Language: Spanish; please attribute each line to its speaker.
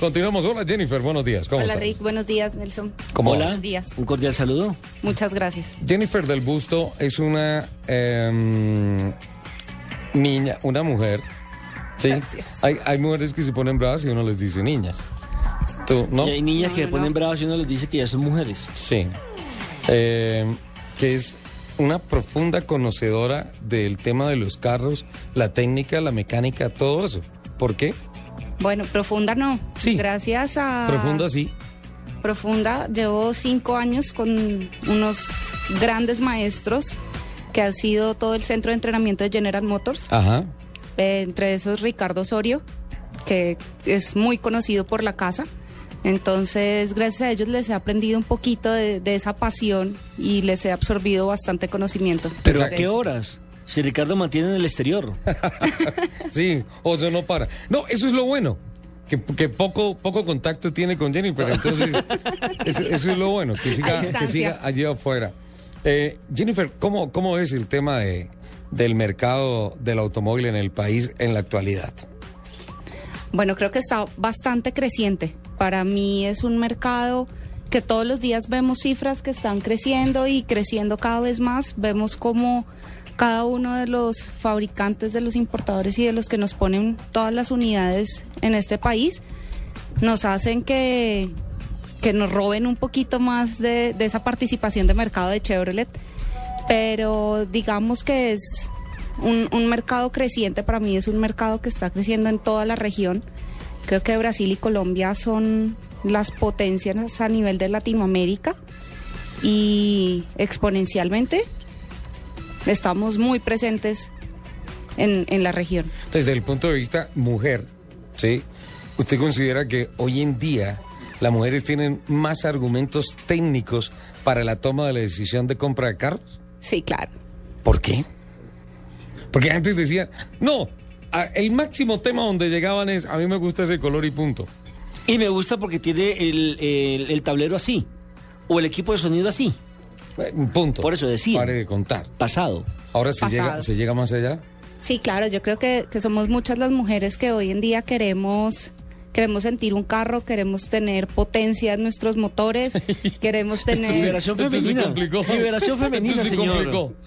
Speaker 1: Continuamos. Hola Jennifer, buenos días. ¿Cómo
Speaker 2: Hola
Speaker 1: estás?
Speaker 2: Rick, buenos días Nelson.
Speaker 1: ¿Cómo
Speaker 3: Hola.
Speaker 1: vas?
Speaker 2: Buenos días.
Speaker 3: Un cordial saludo.
Speaker 2: Muchas gracias.
Speaker 1: Jennifer del Busto es una em, niña, una mujer. Sí.
Speaker 2: Gracias.
Speaker 1: Hay, hay mujeres que se ponen bravas y uno les dice niñas. Tú, ¿no?
Speaker 3: Y hay niñas
Speaker 2: No,
Speaker 3: que
Speaker 2: no,
Speaker 3: ponen
Speaker 2: no.
Speaker 3: bravas y uno les dice que ya son mujeres.
Speaker 1: Sí. Em, que es una profunda conocedora del tema de los carros, la técnica, la mecánica, todo eso. ¿Por qué?
Speaker 2: Bueno, profunda no.
Speaker 1: Sí.
Speaker 2: Gracias a
Speaker 1: Profunda sí.
Speaker 2: Profunda, llevo cinco años con unos grandes maestros que ha sido todo el centro de entrenamiento de General Motors.
Speaker 1: Ajá.
Speaker 2: Eh, entre esos Ricardo Osorio, que es muy conocido por la casa. Entonces, gracias a ellos les he aprendido un poquito de, de esa pasión y les he absorbido bastante conocimiento.
Speaker 3: ¿Pero a
Speaker 2: Entonces,
Speaker 3: qué horas? Si Ricardo mantiene en el exterior.
Speaker 1: Sí, o sea, no para. No, eso es lo bueno. Que, que poco, poco contacto tiene con Jennifer. Entonces, eso, eso es lo bueno, que
Speaker 2: A
Speaker 1: siga, que
Speaker 2: distancia.
Speaker 1: siga allí afuera. Eh, Jennifer, ¿cómo, ¿cómo es el tema de, del mercado del automóvil en el país en la actualidad?
Speaker 2: Bueno, creo que está bastante creciente. Para mí es un mercado que todos los días vemos cifras que están creciendo y creciendo cada vez más. Vemos cómo cada uno de los fabricantes, de los importadores y de los que nos ponen todas las unidades en este país nos hacen que, que nos roben un poquito más de, de esa participación de mercado de Chevrolet. Pero digamos que es un, un mercado creciente, para mí es un mercado que está creciendo en toda la región. Creo que Brasil y Colombia son las potencias a nivel de Latinoamérica y exponencialmente estamos muy presentes en, en la región.
Speaker 1: Desde el punto de vista mujer, ¿sí? ¿Usted considera que hoy en día las mujeres tienen más argumentos técnicos para la toma de la decisión de compra de carros?
Speaker 2: Sí, claro.
Speaker 1: ¿Por qué? Porque antes decían, no, a- el máximo tema donde llegaban es, a mí me gusta ese color y punto.
Speaker 3: Y me gusta porque tiene el, el- el tablero así. O el equipo de sonido así.
Speaker 1: Eh, Punto.
Speaker 3: Por eso decían.
Speaker 1: Pare de contar.
Speaker 3: Pasado.
Speaker 1: Ahora se
Speaker 2: Pasado.
Speaker 1: llega, se llega más allá.
Speaker 2: Sí, claro, yo creo que, que somos muchas las mujeres que hoy en día queremos queremos sentir un carro, queremos tener potencia en nuestros motores, queremos tener
Speaker 3: Liberación
Speaker 1: Esto se
Speaker 3: femenina.
Speaker 1: complicó.
Speaker 3: Liberación femenina,
Speaker 1: Esto se
Speaker 3: señor.
Speaker 1: complicó.